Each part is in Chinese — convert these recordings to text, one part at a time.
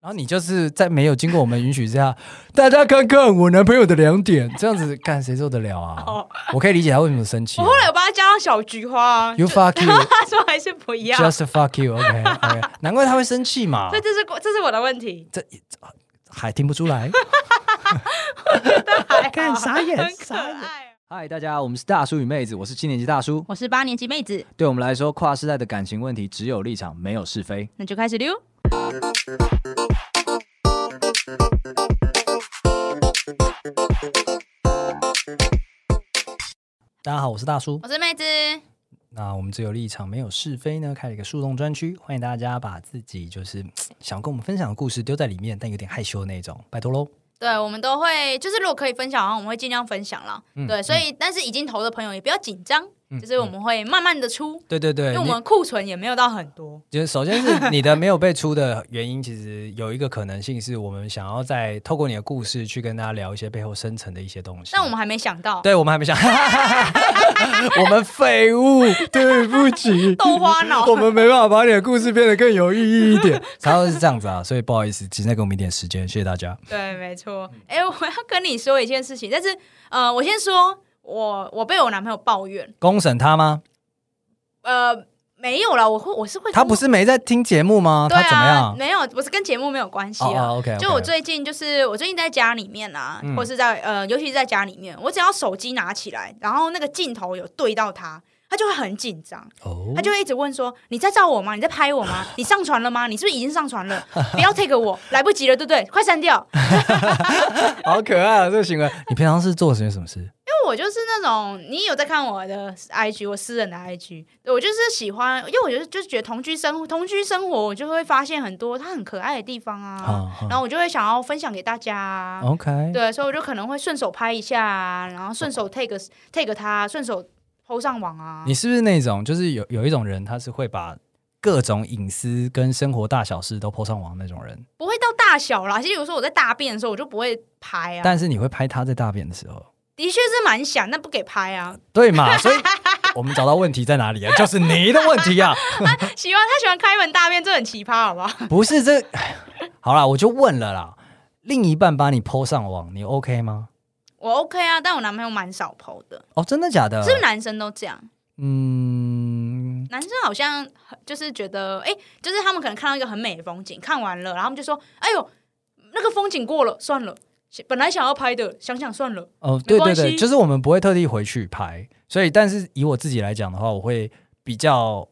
然后你就是在没有经过我们允许之下，大家看看我男朋友的两点，这样子干谁受得了啊哦？我可以理解他为什么生气我啊。后来有帮他加上小菊花啊， You 就 fuck you, 他说还是不要，所 just fuck you. OK OK，难怪他会生气嘛以。这是这是我的问题。这还听不出 来？ 看傻眼，哦很可傻眼。爱啊。嗨，大家，我们是大叔与妹子，我是七年级大叔。我是八年级妹子，对我们来说，跨世代的感情问题只有立场，没有是非。那就开始溜。大家好，我是大叔。我是妹子，那我们只有立场，没有是非呢，开了一个树洞专区，欢迎大家把自己就是想跟我们分享的故事丢在里面，但有点害羞的那种，拜托喽。对，我们都会，就是如果可以分享的话，我们会尽量分享啦。嗯对，所以、但是已经投的朋友也不要紧张，嗯就是我们会慢慢的出，对对对，因为我你们库存也没有到很多。就是首先是你的没有被出的原因，其实有一个可能性是我们想要在透过你的故事去跟大家聊一些背后深层的一些东西。但我们还没想到对我们还没想， 我们废物，对不 起，，豆花脑我们没办法把你的故事变得更有意义一点。然后是这样子啊，所以不好意思，请再给我们一点时间，谢谢大家。对，没错。哎、我要跟你说一件事情，但是呃，我先说，我我被我男朋友抱怨，公审他吗？呃，没有啦，我会我是会跟 他不是没在听节目吗？对哦他怎么啊，样？没有，我是跟节目没有关系哦啊。哦，OK，就我最近就是我最近在家里面啊，嗯或是在呃，尤其是在家里面，我只要手机拿起来，然后那个镜头有对到他，他就会很紧张，哦，他就会一直问说：“你在照我吗？你在拍我吗？ 你上传了吗？你是不是已经上传了？ 不要 take 我，来不及了，对不对？快删掉。”好可爱啊，这个行为。你平常是做些什么 事？因为我就是那种，你有在看我的 IG，我私人的 IG，对我就是喜欢，因为我就是就是觉得同居生活，同居生活，我就会发现很多他很可爱的地方啊，啊然后我就会想要分享给大家、啊。 ，OK，对，所以我就可能会顺手拍一下、啊，然后顺手 take take 他，顺手 PO 上网啊。哦你是不是那种就是有有一种人，他是会把各种隐私跟生活大小事都抛上网的那种人？不会到大小啦，其实有时候我在大便的时候，我就不会拍啊。但是你会拍他在大便的时候，的确是蛮想，但不给拍啊。 对嘛？所以我们找到问题在哪里啊？就是你的问 题啊，喜欢他喜欢开门大便，这很奇葩，好不好？ 不是这。好啦，我就问了啦，另一半把你抛上网，你 OK 吗？我 OK 啊，但我男朋友蛮少 PO 的，哦，真的假的是？不是男生都这样？嗯，男生好像很就是觉得，哎、就是他们可能看到一个很美的风景，看完了，然后他们就说，哎呦，那个风景过了，算了，本来想要拍的，想想算了。哦，没对对关对，系就是我们不会特地回去拍，所以但是以我自己来讲的话，我会比较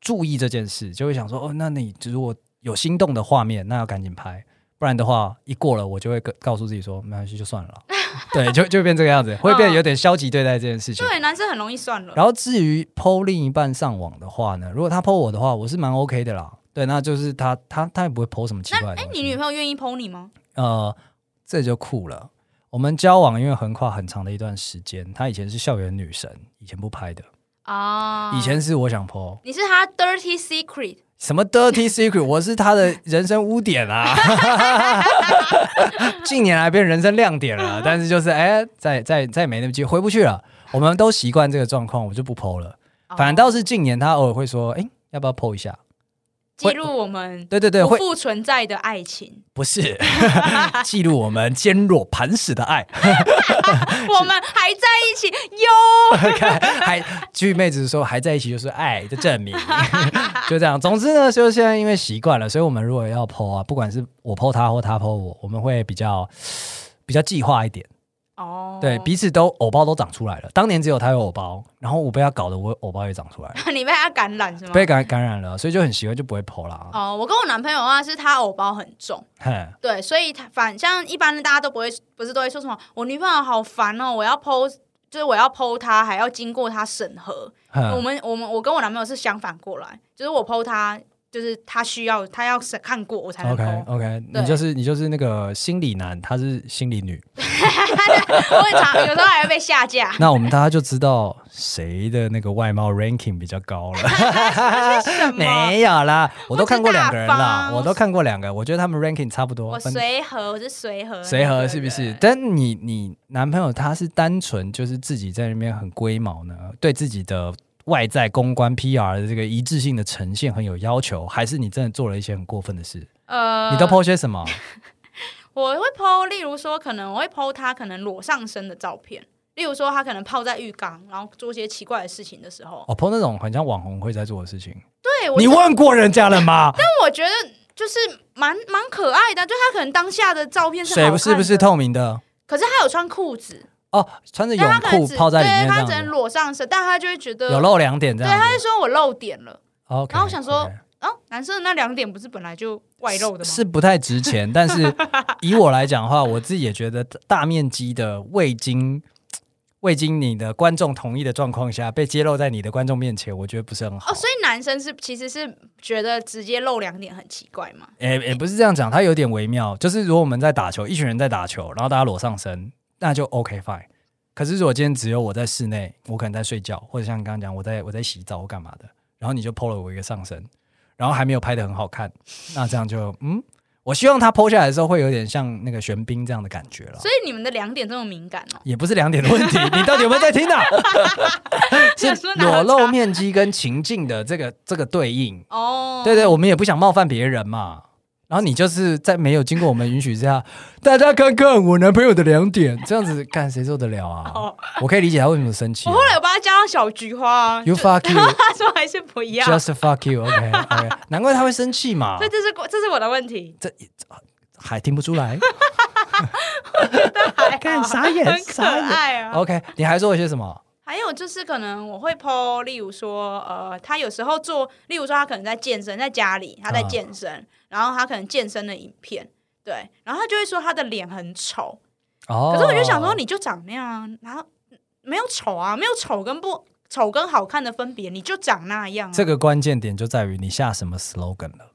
注意这件事，就会想说，哦，那你如果有心动的画面，那要赶紧拍，不然的话一过了，我就会跟告诉自己说，没关系，就算了 啦，对，就就变这个样子，会变得有点消极对待这件事情。对，男生很容易算了。然后至于剖另一半上网的话呢，如果他剖我的话，我是蛮 OK 的啦。对，那就是他他他也不会剖什么奇怪的哎、东西。你女朋友愿意剖你吗？呃，这就酷了。我们交往因为横跨很长的一段时间，她以前是校园女神，以前不拍的，啊，以前是我想 po 你是他 dirty secret，什么 dirty secret，我是她的人生污点啊， 近年来变人生亮点 了，但是就是哎，再再再也没那么机会回不去了，我们都习惯这个状况，我就不 po 了。哦反倒是近年她偶尔会说，哎，要不要 po 一下？记录我们对对对，不会复存在的 爱情，不是记录我们坚若磐石的爱。我们还在一起 哟。看，还据妹子说还在一起就是爱的证明， 就这样。总之呢，就现在因为习惯了，所以我们如果要 PO 啊，不管是我 PO 他或他 PO 我，我们会比较比较计划一点，哦，对，彼此都偶包都长出来了。当年只有他有偶包，然后我被他搞得我偶包也长出来了， 你被他感染是吗？被感感染了，所以就很习惯就不会 PO 啦。哦，我跟我男朋友的话是他偶包很重。哼，对，所以他反像一般的大家都不会，不是都会说什么我女朋友好烦哦，我要剖，就是我要剖她，还要经过她审核。我哼，们我们我跟我男朋友是相反过来，就是我剖她，就是她需要她要审看过我才能 OK 剖。 OK，对你就是你就是那个心理男，他是心理女，，我很常有时候还会被下架那我们大家就知道谁的那个外貌 ranking 比较高了。什么？没有啦，我都看过两个人我是大啦，方我都看过两个，我觉得他们 ranking 差不多我，随和，我是随和，随和是不是对？？但你你男朋友他是单纯就是自己在那边很龟毛呢，对自己的外在公关 PR 的这个一致性的呈现很有要求，还是你真的做了一些很过分的事？呃，你都 PO 些什么？我会 PO，例如说，可能我会 PO 他可能裸上身的照片，例如说他可能泡在浴缸，然后做些奇怪的事情的时候，我 PO 哦那种很像网红会在做的事情。对我你问过人家了吗？但我觉得就是蛮蛮可爱的，就他可能当下的照片是好水看的是不是？透明的？可是他有穿裤子，哦，穿着但他泳可能裤只泡在里对面他这只能样子，裸上身，但他就会觉得有露两点这对，样他就子。说我露点了。 OK，然后我想说 OK 哦，男生的那两点不是本来就外露的吗？是不太值钱，但是以我来讲的话，我自己也觉得大面积的未经未经你的观众同意的状况下被揭露在你的观众面前，我觉得不是很好哦，。所以男生是其实是觉得直接露两点很奇怪嘛？也也不是这样讲，它有点微妙。就是如果我们在打球，一群人在打球，然后大家裸上身，那就 OK fine。可是如果今天只有我在室内，我可能在睡觉，或者像你刚刚讲，我在我在洗澡，我干嘛的，然后你就 PO 了我一个上身，然后还没有拍的很好看，那这样就嗯，我希望他 PO 下来的时候会有点像那个玄彬这样的感觉了。所以你们的两点这么敏感哦？也不是两点的问题，你到底有没有在听 啊？是裸露面积跟情境的这个这个对应，哦，对对，我们也不想冒犯别人嘛。然后你就是在没有经过我们允许之下， 大家看看我男朋友的两点，这样子干谁受得了啊哦？我可以理解他为什么生气啊、我后来有帮他加上小菊花啊， You fuck you, 他说还是不要， just fuck you. OK OK，难怪他会生气嘛所以，这是 这是我的问题，还听不出 来。还 好干傻眼很可傻眼爱啊。 OK，你还说了些什么？还有就是可能我会 PO，例如说，呃，他有时候做，例如说他可能在健身，在家里他在啊健身，然后他可能健身的影片，对，然后他就会说他的脸很丑，哦，可是我就想说，你就长那样啊，然后没有丑啊，没有丑跟不丑跟好看的分别，你就长那样、啊。这个关键点就在于你下什么 slogan 了。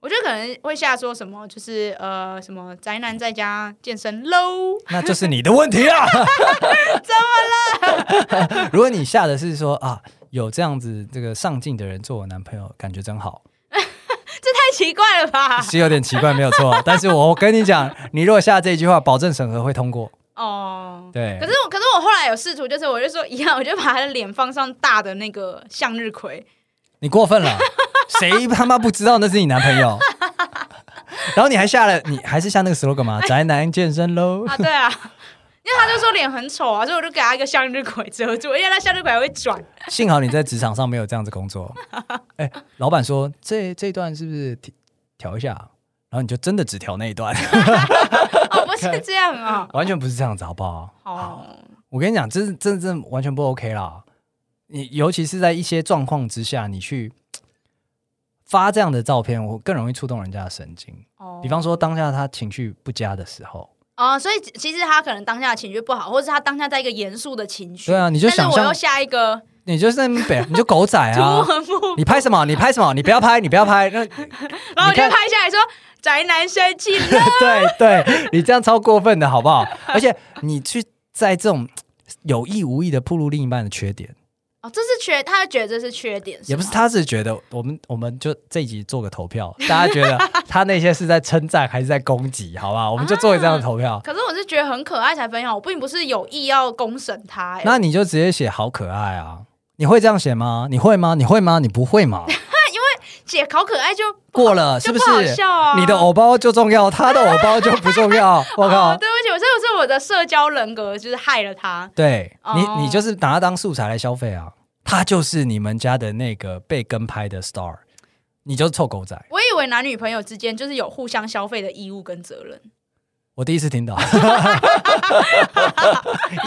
我觉得可能会下说什么，就是呃什么宅男在家健身 low，那就是你的问题啦。 怎么 了？如果你下的是说啊，有这样子这个上进的人做我男朋友，感觉真好，太奇怪了吧？是有点奇怪，没有 错。啊但是我跟你讲，你如果下这句话，保证审核会通过。 哦。对可，是我，可是我后来有试图，就是我就说一样，我就把他的脸放上大的那个向日葵，你过分了，谁他妈不知道那是你男朋 友？然后你还下了，你还是下那个 slogan 吗？宅男健身喽。啊，对 啊，因为他就说脸很丑啊，所以我就给他一个向日葵遮住，因为他向日葵还会转，幸好你在职场上没有这样子工 作。哎，老板说这这一段是不是调调一下？啊然后你就真的只调那一段。哦，不是这样啊，完全不是这样子，好不好？哦，我跟你讲，这是真正完全不 OK 啦。你尤其是在一些状况之下，你去嘖发这样的照片，我更容易触动人家的神经。哦比方说，当下他情绪不佳的时候，哦，所以其实他可能当下的情绪不好，或者是他当下在一个严肃的情绪，对啊你就想但是我象又下一个你就是在那边北，你就狗仔图啊！文不符你拍什么？你拍什么？你不要拍，你不要拍。那 然后我就你看拍下来说：“宅男生气了。 对对，你这样超过分的，好不好？而且你去在这种嘖有意无意的暴露另一半的缺点。”哦，这是缺，他觉得这是缺点，也不是吗，他是觉得我们我们就这一集做个投票，大家觉 得他那些是在称赞还是在攻击，好不好？我们就做啊这样的投票，可是我是觉得很可爱才分享，我并不是有意要公审他、欸。那你就直接写好可爱啊！你会这样写吗？你会吗？你会吗？你不会吗？姐好可爱就过 了是就不是好？笑啊！你的偶包就重要，他的偶包就不重 要。我哦靠，对不起，我这是我的社交人格，就是害了他。对哦你你就是拿它当素材来消费啊！他就是你们家的那个被跟拍的 star，你就是臭狗仔。我以为男女朋友之间就是有互相消费的义务跟责任，我第一次听到，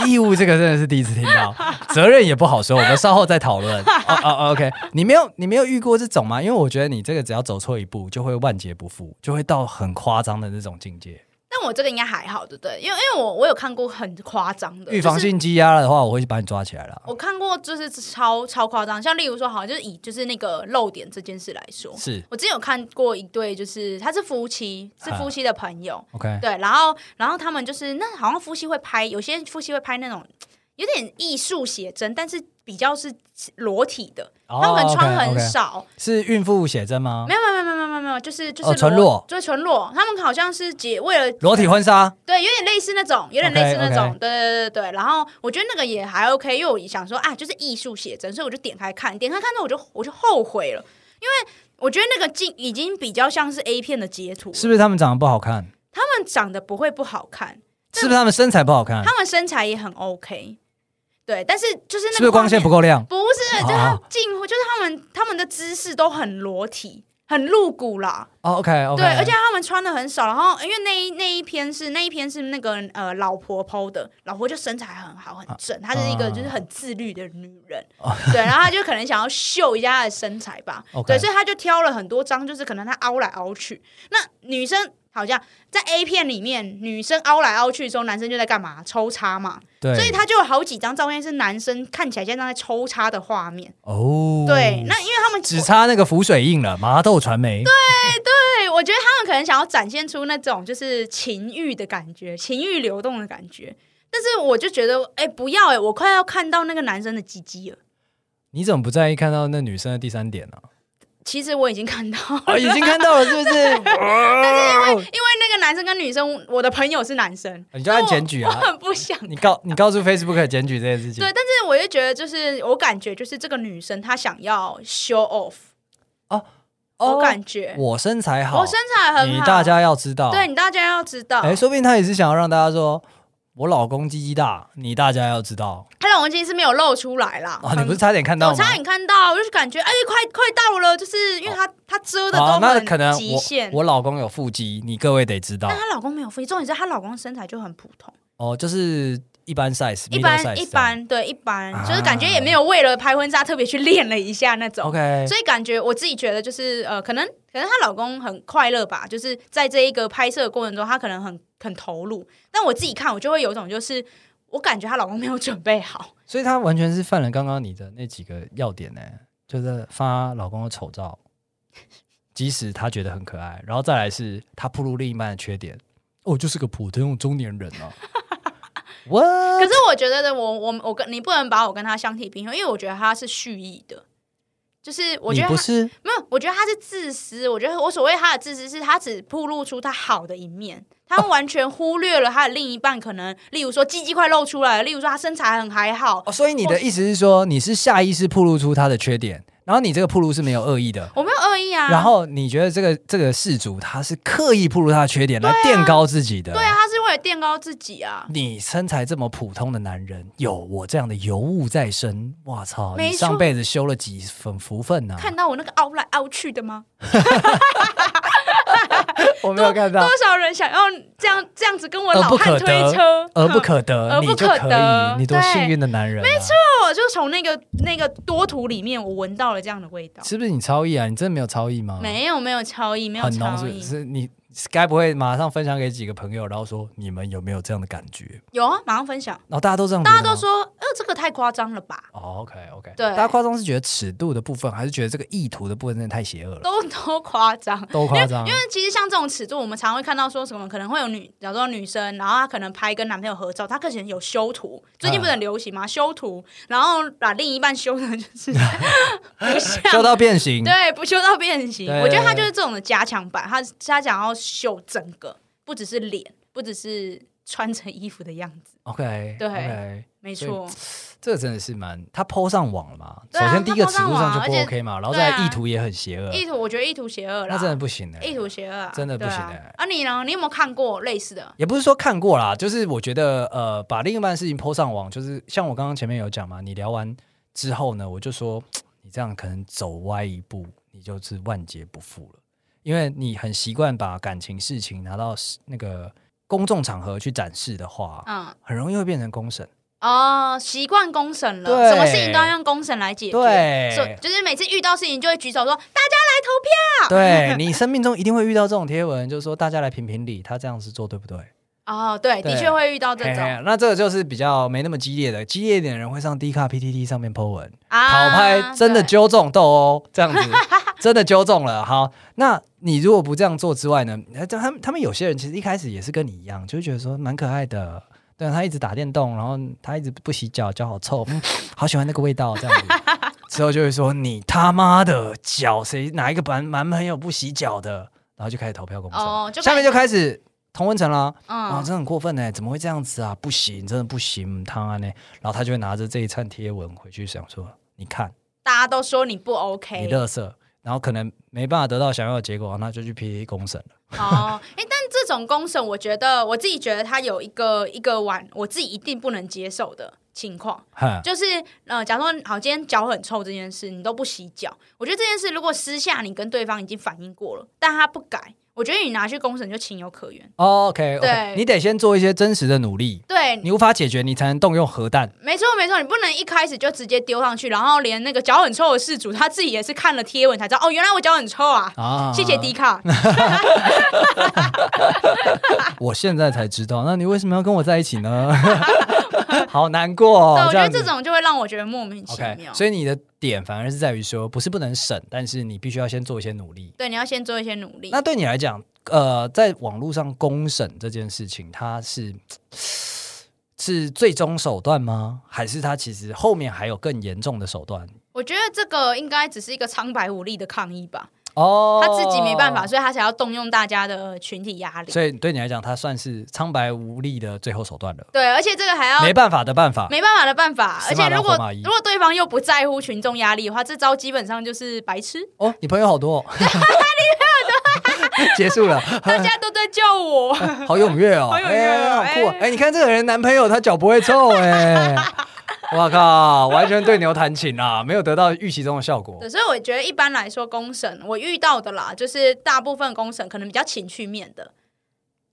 义务这个真的是第一次听到，责任也不好说，我们稍后再讨论。哦哦哦，OK，你没有你没有遇过这种吗？因为我觉得你这个只要走错一步，就会万劫不复，就会到很夸张的那种境界。但我这个应该还好，对不对？因为因为我我有看过很夸张的预防。就是性积压的话，我会把你抓起来了。我看过，就是超超夸张，像例如说，好，就是以就是那个露点这件事来说，是我之前有看过一对，就是他是夫妻，是啊夫妻的朋友， OK，对，然后然后他们就是那好像夫妻会拍，有些夫妻会拍那种有点艺术写真，但是比较是裸体的，哦他们可能穿很 OK，OK 少，是孕妇写真吗？没有没有没有没有没有没有，就是就是哦纯裸就是纯裸，他们好像是结为了裸体婚纱，对，有点类似那种，有点类似那 OK，OK 种对对对对对。然后我觉得那个也还 OK，因为我想说啊，就是艺术写真，所以我就点开看，点开看之后我就我就后悔了，因为我觉得那个镜已经比较像是 A 片的截图了，是不是他们长得不好看？他们长得不会不好看，是不是他们身材不好看？他们身材也很 OK，对，但是就是那个是不是光线不不够亮？不是，就是哦他近乎，就是他们他们的姿势都很裸体，很露骨啦。哦，OK OK，对，而且他们穿的很少，然后因为那一那一篇是那一篇是那个呃老婆 PO 的，老婆就身材很好啊很正，她是一个就是很自律的女人，对，然后她就可能想要秀一下她的身材吧 OK 对，所以她就挑了很多张，就是可能她凹来凹去。那女生好像在 A 片里面，女生凹来凹去的时候，男生就在干嘛？抽插嘛，对，所以她就有好几张照片是男生看起来像在抽插的画面，哦，对，那因为他们只差那个浮水印了，麻豆传媒。对，对，我觉得他们可能想要展现出那种就是情欲的感觉，情欲流动的感觉。但是我就觉得，哎、不要哎、我快要看到那个男生的鸡鸡了。你怎么不在意看到那女生的第三 点呢、其实我已经看到 了，啊？已经看到了， 是不是？因为那个男生跟女生，我的朋友是男生，你就按检举啊我 很不想。你告你告诉 Facebook 检举这件事情对，但是我就觉得，就是我感觉，就是这个女生她想要 show off，我哦感觉我身材好，我身材很你好，大家要知道，对你大家要知道，哎，说不定他也是想要让大家说，我老公鸡鸡大，你大家要知道她老公其实没有露出来啦。啊！你不很是差点看到我吗？差点看到，我就是感觉哎、快快到了，就是因为她她遮的啊都，那可很能极我限。我老公有腹肌，你各位得知道但她老公没有腹肌，重点是她老公身材就很普通，哦，就是一般 size，一 middle size 般这一样般，对一般，啊就是感觉也没有为了拍婚纱特别去练了一下那种。 ，OK，所以感觉我自己觉得就是呃，可能可能她老公很快乐吧，就是在这一个拍摄的过程中，她可能很很投入。但我自己看，我就会有一种就是我感觉她老公没有准备好，所以他完全是犯了刚刚你的那几个要点呢、就是发老公的丑 照，即使他觉得很可爱，然后再来是他暴露另一半的缺点，哦，就是个普通的中年人啊。 我可是我觉得我我我跟你不能把我跟他相提并论，因为我觉得他是蓄意的，就是我觉你得不他是没有，我觉得他是自私。我觉得我所谓他的自私是，他只暴露出他好的一面，他完全忽略了他的另一半可能，例如说鸡鸡快露出来了，例如说他身材很还好。哦，所以你的意思是说你是下意识暴露出他的缺点，然后你这个暴露是没有恶意的。我没有恶意啊，然后你觉得这个这个事主他是刻意暴露他的缺点来垫高自己的，对啊，他是为了垫高自己啊，你身材这么普通的男人，有我这样的尤物在身，哇操！没你错上辈子修了几分福分呐、看到我那个凹来凹去的吗？我没有看到多，少人想要这样这样子跟我啊而老不汉可推得车，而不哼可得，而不你就可可得以，你多对幸运的男人、啊！没错，我哦就从那个那个多图里面，我闻到了这样的味道。是不是你超意啊？你真的没有超意吗？，没有没有超意，没有很浓超是意不，是你该不会马上分享给几个朋友，然后说你们有没有这样的感觉？有啊，马上分享。然后大家都这样觉得大吗，家都说，呃，这个太夸张了吧， 哦，OK OK，对大家夸张是觉得尺度的部分，还是觉得这个意图的部分真的太邪恶了，都都夸张。都夸张因为其实像这种尺度，我们常会看到说什么可能会有女，假如说女生，然后她可能拍跟男朋友合照，她可能有修图，最近不是很流行嗯吗？修图，然后把另一半修的就是 不修像，到变形，对，不修到变形。对我觉得她就是这种的加强版，她她想要秀整个，不只是脸，不只是穿着衣服的样子， ，OK，对 o k 没错。这个真的是蛮，他 PO 上网了嘛？对啊首先第一个尺度上就他 PO 上不网 OK 嘛，然后对啊再来意图也很邪恶，意图我觉得意图邪恶啦，那真的不行的、意图邪恶啊，哎真的不对行欸啊。啊，你呢？你有没有看过类似的？也不是说看过啦，就是我觉得呃，把另一半的事情 PO 上网，就是像我刚刚前面有讲嘛，你聊完之后呢，我就说你这样可能走歪一步，你就是万劫不复了，因为你很习惯把感情事情拿到那个公众场合去展示的话，嗯，很容易会变成公审。哦，习惯公审了，对什么事情都要用公审来解决。对所就是每次遇到事情就会举手说大家 对你生命中一定会遇到这种贴文，就是说大家来评评理，他这样子做对不对？哦，对，对的确会遇到这嘿种嘿那这个就是比较没那么激烈的，激烈一点的人会上 D 卡 PTT 上面 Po 文，啊，讨拍真的对揪中豆哦，这样子 真的揪中了。好，那你如果不这样做之外呢，那这他们他们有些人其实一开始也是跟你一样，就会觉得说蛮可爱的。对他一直打电动，然后他一直不洗脚，脚好臭，嗯，好喜欢那个味道，这样 子。之后就会说你他妈的脚谁哪一个男男朋友不洗脚的，然后就开始投票公审，哦就开始下面就开始同温层啦。啊，嗯，真的很过分呢！怎么会这样子啊？不行，真的不行，他呢？然后他就会拿着这一串贴文回去想说，你看大家都说你不你 OK，乐色，然后可能没办法得到想要的结果，那就去 P 公审了。哦，哎、但这种公审，我觉得我自己觉得它有一个一个完，我自己一定不能接受的情况，哈，就是呃，假如说好，今天脚很臭这件事，你都不洗脚，我觉得这件事如果私下你跟对方已经反映过了，但他不改，我觉得你拿去公审就情有可原。 o k 对哦嗯你得先做一些真实的努力，对，你无法解决，你才能动用核弹。没错没错，你不能一开始就直接丢上去，然后连那个脚很臭的事主他自己也是看了贴文才知道，哦，原来我脚很臭啊。啊！谢谢迪卡，我现在才知道，那你为什么要跟我在一起 呢？好难过、对，哦。我觉样得子这种就会让我觉得莫名其 OK，妙。所以你的点反而是在于说，不是不能省，但是你必须要先做一些努力。对，你要先做一些努力。那对你来讲，呃，在网络上公审这件事情，它是是最终手段吗？还是它其实后面还有更严重的手段？我觉得这个应该只是一个苍白无力的抗议吧，哦，他自己没办法，，所以他才要动用大家的群体压力。所以对你来讲，它算是苍白无力的最后手段了，对，而且这个还要没办法的办法。没办法的办法，而死马且当如果活马医如果对方又不在乎群众压力的话，这招基本上就是白 痴。哦，你朋友好 多、哦，啊 结束了，大家都在叫我， 好踊跃哦，好踊跃哎哦好酷、哦！哎哎、你看这个人男朋友他脚不会臭哎、 我靠，完全对牛弹琴啊，没有得到预期中的效果对，所以我觉得一般来说公审我遇到的啦，就是大部分公审可能比较情趣面的，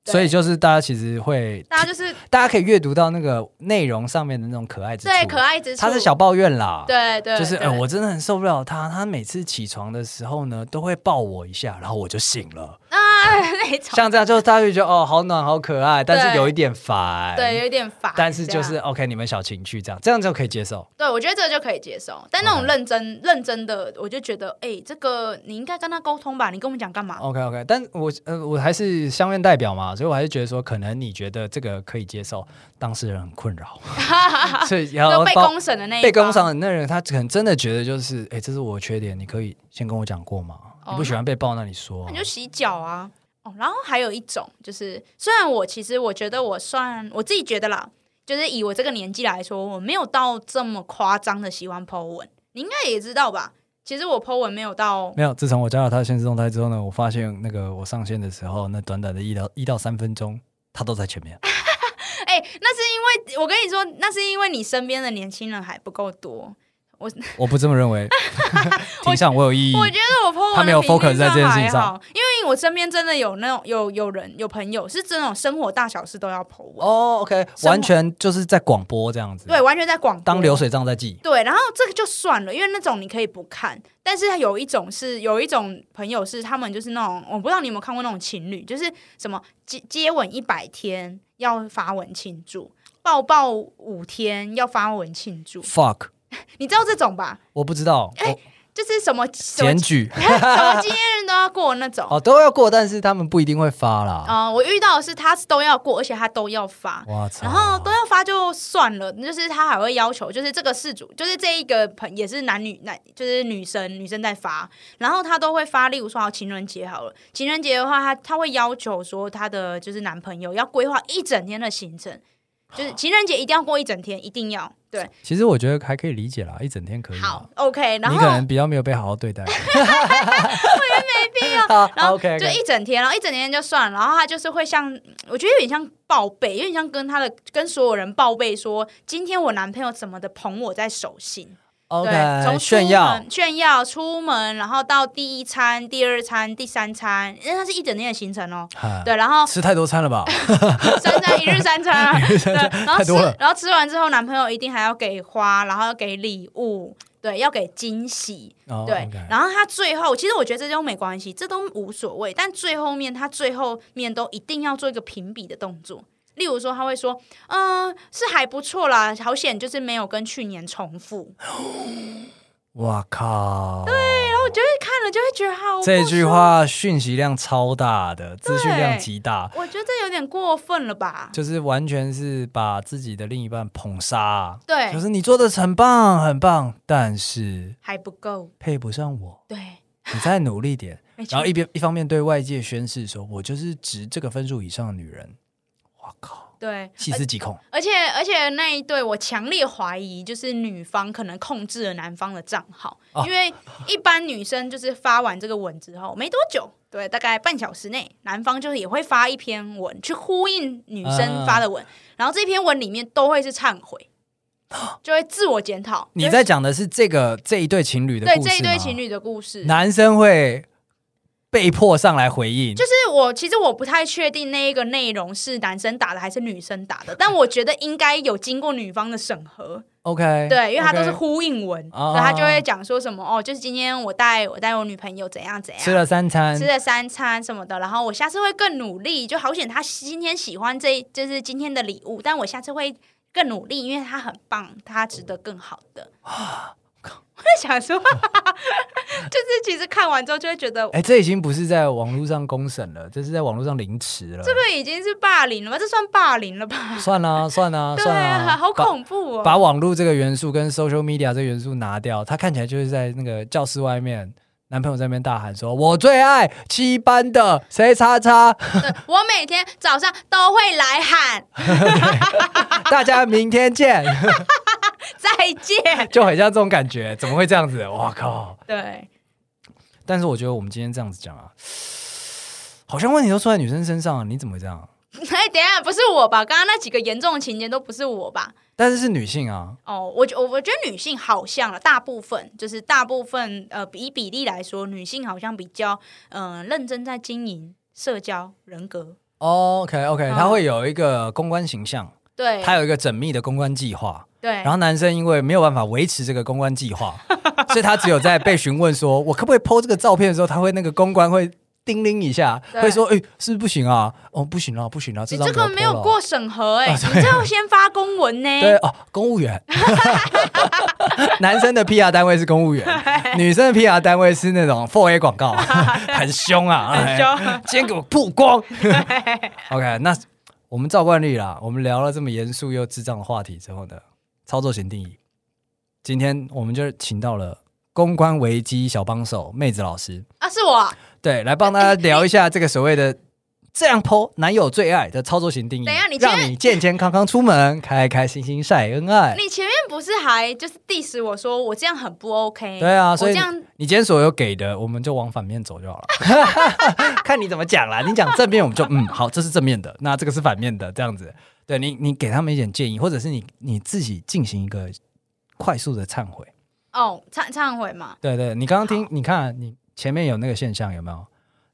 对所以就是大家其实会，大家就是大家可以阅读到那个内容上面的那种可爱之处，对可爱之处，他是小抱怨啦，对对，就是对哎、我真的很受不了他，他每次起床的时候呢，都会抱我一下，然后我就醒了，啊 那种，像这样就大家就觉得哦，好暖好可爱，但是对有一点烦，对，有点烦，但是这就样是 OK，你们小情趣这样，这样就可以接受。对，我觉得这个就可以接受，但那种 OK 认真、认真的，我就觉得，哎、这个你应该跟他沟通吧，你跟我们讲干嘛？ OK OK，但我呃我还是乡愿代表嘛，所以我还是觉得说，可能你觉得这个可以接受，当事人很困 扰，所以就要被包公审的那一被攻方，上的那人，他可能真的觉得就是，哎、这是我的缺点，你可以先跟我讲过吗？哦你不喜欢被爆，那你说、那啊你。就洗脚啊。哦，然后还有一种就是，虽然我其实我觉得我算我自己觉得啦，就是以我这个年纪来说，我没有到这么夸张的喜欢 Po 文，你应该也知道吧？其实我 Po 文没有到没有，自从我加了他的现实动态之后呢，我发现那个我上线的时候，那短短的一到一到三分钟，他都在前 面。哎、那是因为我跟你说，那是因为你身边的年轻人还不够多。我不这么认 为，庭上我有异议。我觉得我 po 文的他没有频率 focus 在这件事情还上好，因为我身边真的有那种有有人有朋友是这种生活大小事都要 po 文，哦，OK，生活完全就是在广播这样子，对，，完全在广播当流水账在记。对，然后这个就算了，因为那种你可以不看，但是有一种是有一种朋友是他们就是那种，我不知道你有没有看过那种情侣，就是什么接接吻一百天要发文庆祝，抱抱五天要发文庆祝， Fuck，你知道这种吧？我不知道，我就是什么什哎么检举 什么纪念日都要过那种。哦都要过，但是他们不一定会发啦。嗯、我遇到的是他都要过，而且他都要发，我操！哦然后都要发就算了，就是他还会要求，就是这个事主，就是这一个朋也是男女男，就是女生女生在发，然后他都会发，例如说好哦情人节好了，情人节的话，他他会要求说他的就是男朋友要规划一整天的行程，就是情人节一定要过一整天，一定要对，其实我觉得还可以理解啦，一整天可以啦。好，OK，然你可后能比较没有被好好对 待。我觉得没必要。然后 OK，就一整天，然后一整天就算了，然后他就是会像，我觉得有点像报备，有点像跟他的跟所有人报备说，今天我男朋友怎么的捧我在手心。对，从 OK，出炫耀门、炫耀、出门，然后到第一餐、第二餐、第三餐，因为它是一整天的行程哦。哈对，然后 吃太多餐了吧？三餐一日三餐，对，然后 太吃多了，然后吃完之后，男朋友一定还要给花，然后要给礼物，对，要给惊喜，哦对 OK 然后他最后，其实我觉得这都没关系，这都无所谓，但最后面他最后面都一定要做一个评比的动作。例如说，他会说：“嗯、是还不错啦，好险，就是没有跟去年重复。”哇靠！对，我就会看了就会觉得好。这句，话讯息量超大的，资讯量对极大，我觉得这有点过分了吧？就是完全是把自己的另一半捧杀。对，就是你做的很棒，很棒，但是还不够。配不上我。对，你再努力 点。没错然后一边一方面对外界宣誓说，我就是值这个分数以上的女人。我靠，对，细思极恐，而且而且那一对，我强烈怀疑就是女方可能控制了男方的账号，哦因为一般女生就是发完这个文之后没多久，对，大概半小时内，男方就是也会发一篇文去呼应女生发的啊文，然后这篇文里面都会是 忏悔，就会自我检讨。你在讲的是这个这一对情侣的对故事这一对吗情侣的故事，男生会被迫上来回应，就是我其实我不太确定那一个内容是男生打的还是女生打呃的，但我觉得应该有经过女方的审核， OK，对，因为他都是 OK 呼应文，啊所以他就会讲说什么哦，就是今天我带我带我女朋友怎样怎样，吃了三餐吃了三餐什么的，然后我下次会更努力，就好险他今天喜欢这就是今天的礼物，但我下次会更努力，因为他很棒，他值得更好的。啊我在想说， 就是其实看完之后就会觉得。哎、这已经不是在网络上公审了，这是在网络上凌迟了。这个已经是霸凌了吧？这算霸凌了吧？算啦、算啦、 对算啦、啊，好把恐怖哦！把网络这个元素跟 social media 这个元素拿掉，他看起来就是在那个教室外面，男朋友在那边大喊说：“我最爱七班的谁叉叉，对我每天早上都会来喊大家明天见。 再见”。就很像这种感觉，怎么会这样子？我靠！对，但是我觉得我们今天这样子讲啊，好像问题都出在女生身上，你怎么会这样？哎，等一下不是我吧？刚刚那几个严重的情节都不是我吧？但是是女性啊，哦，我觉我我觉得女性好像了，大部分就是大部分呃，比以比例来说，女性好像比较嗯、呃认真在经营社交人格。 OK OK，他嗯哦会有一个公关形象，对他有一个缜密的公关计划，对，然后男生因为没有办法维持这个公关计划， 所以他只有在被询问说我可不可以 PO 这个照片的时候，他会那个公关会叮铃一下，对会说哎、是不是不行啊？哦不行了、不行了、这你张这不要个 po 没有了过审核 哎、你这要先发公文呢、对哦，公务员， 男生的 PR 单位是公务员，女生的 PR 单位是那种 Four A 广告，很凶啊，很凶哎今天给我曝 光。OK，那我们照惯例啦，我们聊了这么严肃又智障的话题之后呢，操作型定义，今天我们就请到了公关危机小帮手妹子老师，啊，是我。对，来帮大家聊一下这个所谓的。这样剖男友最爱的操作型定义，等一下你今让天你健健康康出门，开开心心晒恩爱。你前面不是还就是 diss 我说我这样很不 OK？对啊，我所以这你样你今天所有给的，我们就往反面走就好 了，看你怎么讲啦。你讲正面，我们就嗯好，这是正面的，那这个是反面的，这样子。对你，你给他们一点建议，或者是你你自己进行一个快速的忏悔。哦，忏忏悔嘛，对对，你刚刚听，你看啊你前面有那个现象有没有？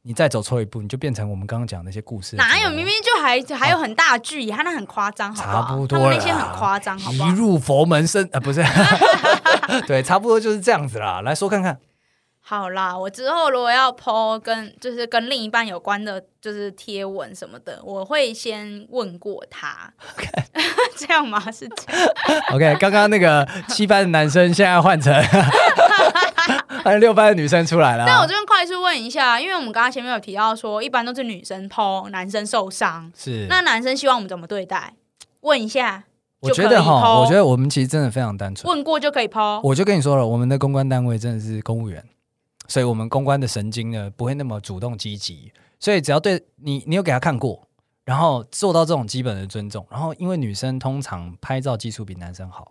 你再走错一步，你就变成我们刚刚讲的那些故事的主人哪翁。有？明明就还还有很大距离，他那很夸张，好不啊差好？不多他啦们那些很夸张，好不好一？入佛门深，呃， 不是，对，差不多就是这样子啦。来说看看，好啦，我之后如果要 PO 跟就是跟另一半有关的，就是贴文什么的，我会先问过他。 这样吗？是这样 OK，刚刚那个七班的男生现在换 成换成六班的女生出来了啊。但我这边快速问一下，因为我们刚刚前面有提到说，一般都是女生 PO，男生受伤，是那男生希望我们怎么对待？问一下，我觉得就可以哈，剖我觉得我们其实真的非常单纯。问过就可以 PO。我就跟你说了，我们的公关单位真的是公务员，所以我们公关的神经呢不会那么主动积极，所以只要对你，你有给他看过，然后做到这种基本的尊重，然后因为女生通常拍照技术比男生好，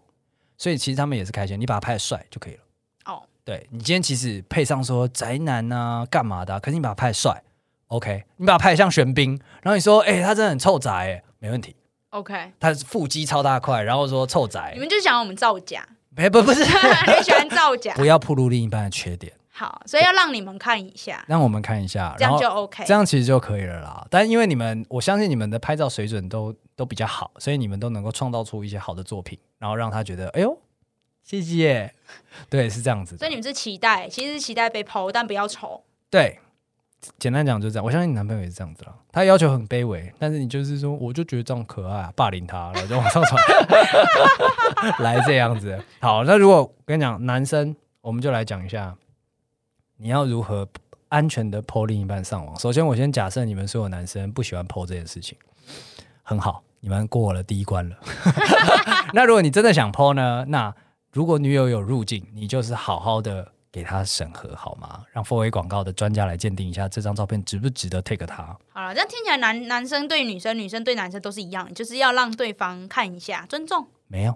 所以其实他们也是开心，你把他拍的帅就可以了。哦，对你今天其实配上说宅男啊干嘛的啊、可是你把他拍的帅，OK，你把他拍的像玄彬，然后你说，哎、他真的很臭宅、欸，没问题， OK，他是腹肌超大块，然后说臭宅你，们就想要我们造假，哎不不 是，你们喜欢造假。不要暴露另一半的缺点。好，所以要让你们看一下，让我们看一下，这然样后就 OK。这样其实就可以了啦。但因为你们，我相信你们的拍照水准都都比较好，所以你们都能够创造出一些好的作品，然后让他觉得，哎呦，谢谢，对，是这样子的所以你。们是期待，其实是期待被剖，但不要丑。对，简单讲就是这样。我相信你男朋友也是这样子啦，他要求很卑微，但是你就是说，我就觉得这样可爱、啊，霸凌他，然后就往上传， 来这样子。好，那如果我跟你讲男生，我们就来讲一下，你要如何安全的抛另一半上网。首先，我先假设你们所有男生不喜欢抛这件事情，很好，你们过了第一关了。 那如果你真的想抛呢，那如果女友有入境，你就是好好的给他审核好吗？让 f o A 广告的专家来鉴定一下这张照片值不值得 take 他。好了，这样听起来男男生对女生、女生对男生都是一样，就是要让对方看一下，尊重。没有，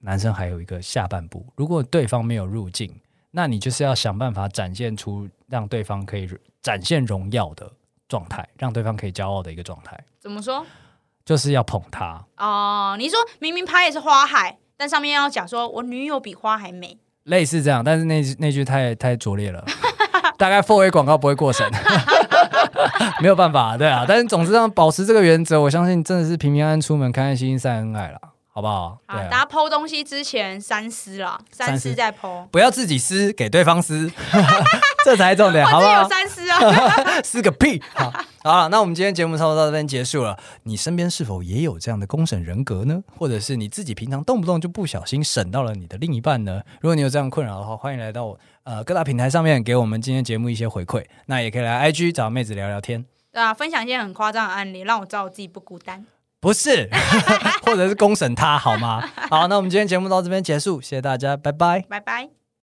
男生还有一个下半部，如果对方没有入境，那你就是要想办法展现出让对方可以展现荣耀的状态，让对方可以骄傲的一个状态，怎么说？就是要捧他，哦、你说明明拍的是花海，但上面要讲说我女友比花还美，类似这样。但是那那句太太拙劣了， 大概 f o A 广告不会过审。 没有办法，对啊，但是总之让保持这个原则，我相信真的是平平安安出门，开开心心晒恩爱啦，好不好？好，对啊大家剖东西之前三思啦，三三思思再剖。不要自己撕，给对方撕， 这才重点，好哇，不这好有？三 思啊！撕个屁！好，好了，那我们今天节目差不多到这边结束了。你身边是否也有这样的公审人格呢？或者是你自己平常动不动就不小心审到了你的另一半呢？如果你有这样困扰的话，欢迎来到我呃各大平台上面给我们今天节目一些回馈。那也可以来 IG 找妹子聊聊天，对啊，分享一些很夸张的案例，让我知道我自己不孤单。不是， 或者是公审他好吗？好，那我们今天节目到这边结束，谢谢大家，拜拜。拜拜。